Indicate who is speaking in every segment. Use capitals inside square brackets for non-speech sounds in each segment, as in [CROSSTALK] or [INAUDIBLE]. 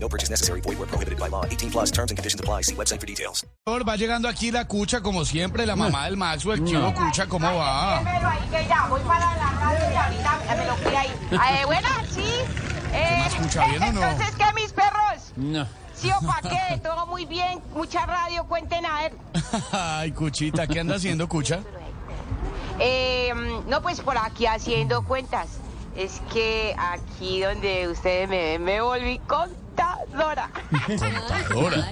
Speaker 1: No purchase necessary. Void where prohibited by law. 18 plus terms and conditions apply. See website for details.
Speaker 2: Va llegando aquí la cucha, como siempre, la mamá del Maxwell. Chivo cucha, ¿cómo va?
Speaker 3: Démelo ahí, que ya voy para la radio y ahorita me lo fui ahí. Eh, bueno, sí. Eh,
Speaker 2: más escucha bien o no?
Speaker 3: Entonces, ¿qué, mis perros?
Speaker 2: No.
Speaker 3: ¿Sí o
Speaker 2: [LAUGHS]
Speaker 3: pa' qué? Todo muy bien, mucha radio, cuenten a ver.
Speaker 2: Ay, cuchita, ¿qué anda haciendo, cucha?
Speaker 3: Eh, mm, no, pues por aquí haciendo cuentas. Es que aquí donde ustedes me ven me volví contadora.
Speaker 2: Contadora.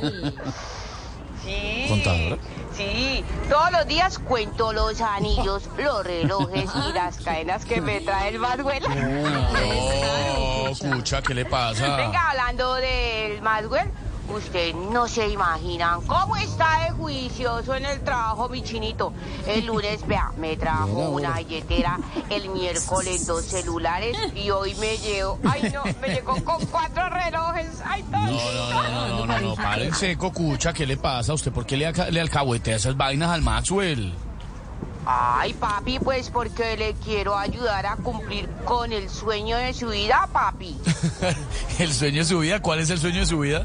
Speaker 3: Sí.
Speaker 2: ¿Contadora?
Speaker 3: Sí, todos los días cuento los anillos, los relojes
Speaker 2: [LAUGHS]
Speaker 3: y las cadenas que me trae el Maswell.
Speaker 2: Oh, cucha, ¿qué le pasa?
Speaker 3: Venga, hablando del Maswell, ustedes no se imaginan cómo está de juicioso en el trabajo, mi chinito. El lunes, vea, me trajo una billetera, el miércoles dos celulares y hoy me llevo, ay no, me llegó con cuatro relojes, ay no.
Speaker 2: No, no, no, no, no, no, no, paren seco, cucha, ¿qué le pasa a usted? ¿Por qué le, aca- le alcahuetea esas vainas al Maxwell? [LAUGHS]
Speaker 3: Ay, papi, pues porque le quiero ayudar a cumplir con el sueño de su vida, papi.
Speaker 2: ¿El sueño de su vida? ¿Cuál es el sueño de su vida?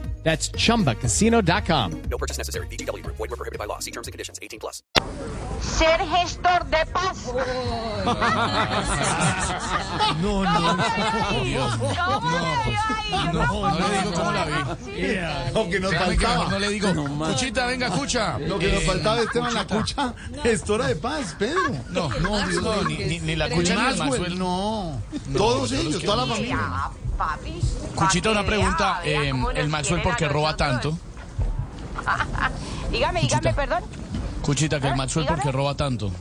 Speaker 4: That's chumbacasino.com.
Speaker 5: No purchase necessary. VGW Group. Void were prohibited by law. See terms and conditions. 18 plus.
Speaker 3: Ser gestor de paz. [LAUGHS]
Speaker 2: No,
Speaker 3: ¿Cómo me vio ahí?
Speaker 2: Dios.
Speaker 3: ¿Cómo me vio ahí?
Speaker 2: No, no, no le digo cómo la vi.
Speaker 3: vi.
Speaker 6: Aunque nos
Speaker 2: Créame que mejor
Speaker 6: faltaba.
Speaker 2: no le digo, cuchita, venga, cucha. Eh,
Speaker 6: Lo que nos faltaba Esteban la cucha gestora de paz, Pedro.
Speaker 2: No, no, no, ni, ni- ni la cucha ni el Maxwell, no.
Speaker 6: Todos ellos, toda
Speaker 2: [LAUGHS]
Speaker 6: la familia.
Speaker 3: Ya, papi.
Speaker 2: Cuchita,
Speaker 3: Pa'
Speaker 2: una
Speaker 3: que
Speaker 2: pregunta.
Speaker 3: vea, vea
Speaker 2: eh,
Speaker 3: cómo
Speaker 2: ¿El
Speaker 3: nos
Speaker 2: Maxwell por
Speaker 3: quieren
Speaker 2: qué
Speaker 3: a
Speaker 2: roba
Speaker 3: nosotros.
Speaker 2: tanto?
Speaker 3: [LAUGHS] Dígame, dígame,
Speaker 2: Cuchita.
Speaker 3: perdón.
Speaker 2: Cuchita, que el
Speaker 3: ¿Ah?
Speaker 2: Maxwell por qué
Speaker 3: Dígame.
Speaker 2: roba tanto.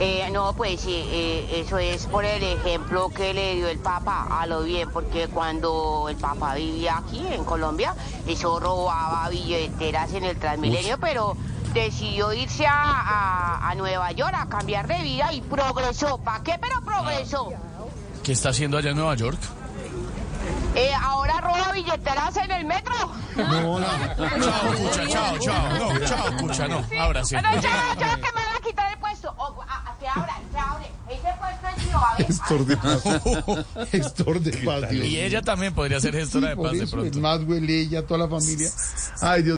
Speaker 3: Eh, no, pues sí, eh, eso es por el ejemplo que le dio el Papa a lo bien, porque cuando el Papa vivía aquí en Colombia, eso robaba billeteras en el Transmilenio, pero decidió irse a, a- a Nueva York a cambiar de vida y progresó. ¿Para qué? Pero progresó.
Speaker 2: ¿Qué está haciendo allá en Nueva York?
Speaker 3: Eh, ahora roba billeteras en el metro.
Speaker 6: No, la-
Speaker 2: Chao, cucha, chao, chao. No, chao, cucha, no. Ahora sí.
Speaker 3: Bueno, ya, ya, que me van a quitar el puesto. O, a- a- se abran, se abren. Ese puesto es mío, a ver.
Speaker 6: Gestor de paz. Gestor de paz, Dios
Speaker 2: Y
Speaker 6: mío.
Speaker 2: ella también podría ser gestora de
Speaker 6: Por
Speaker 2: paz de
Speaker 6: eso, el
Speaker 2: pronto.
Speaker 6: Maxwell, ella, toda la familia. Ay, Dios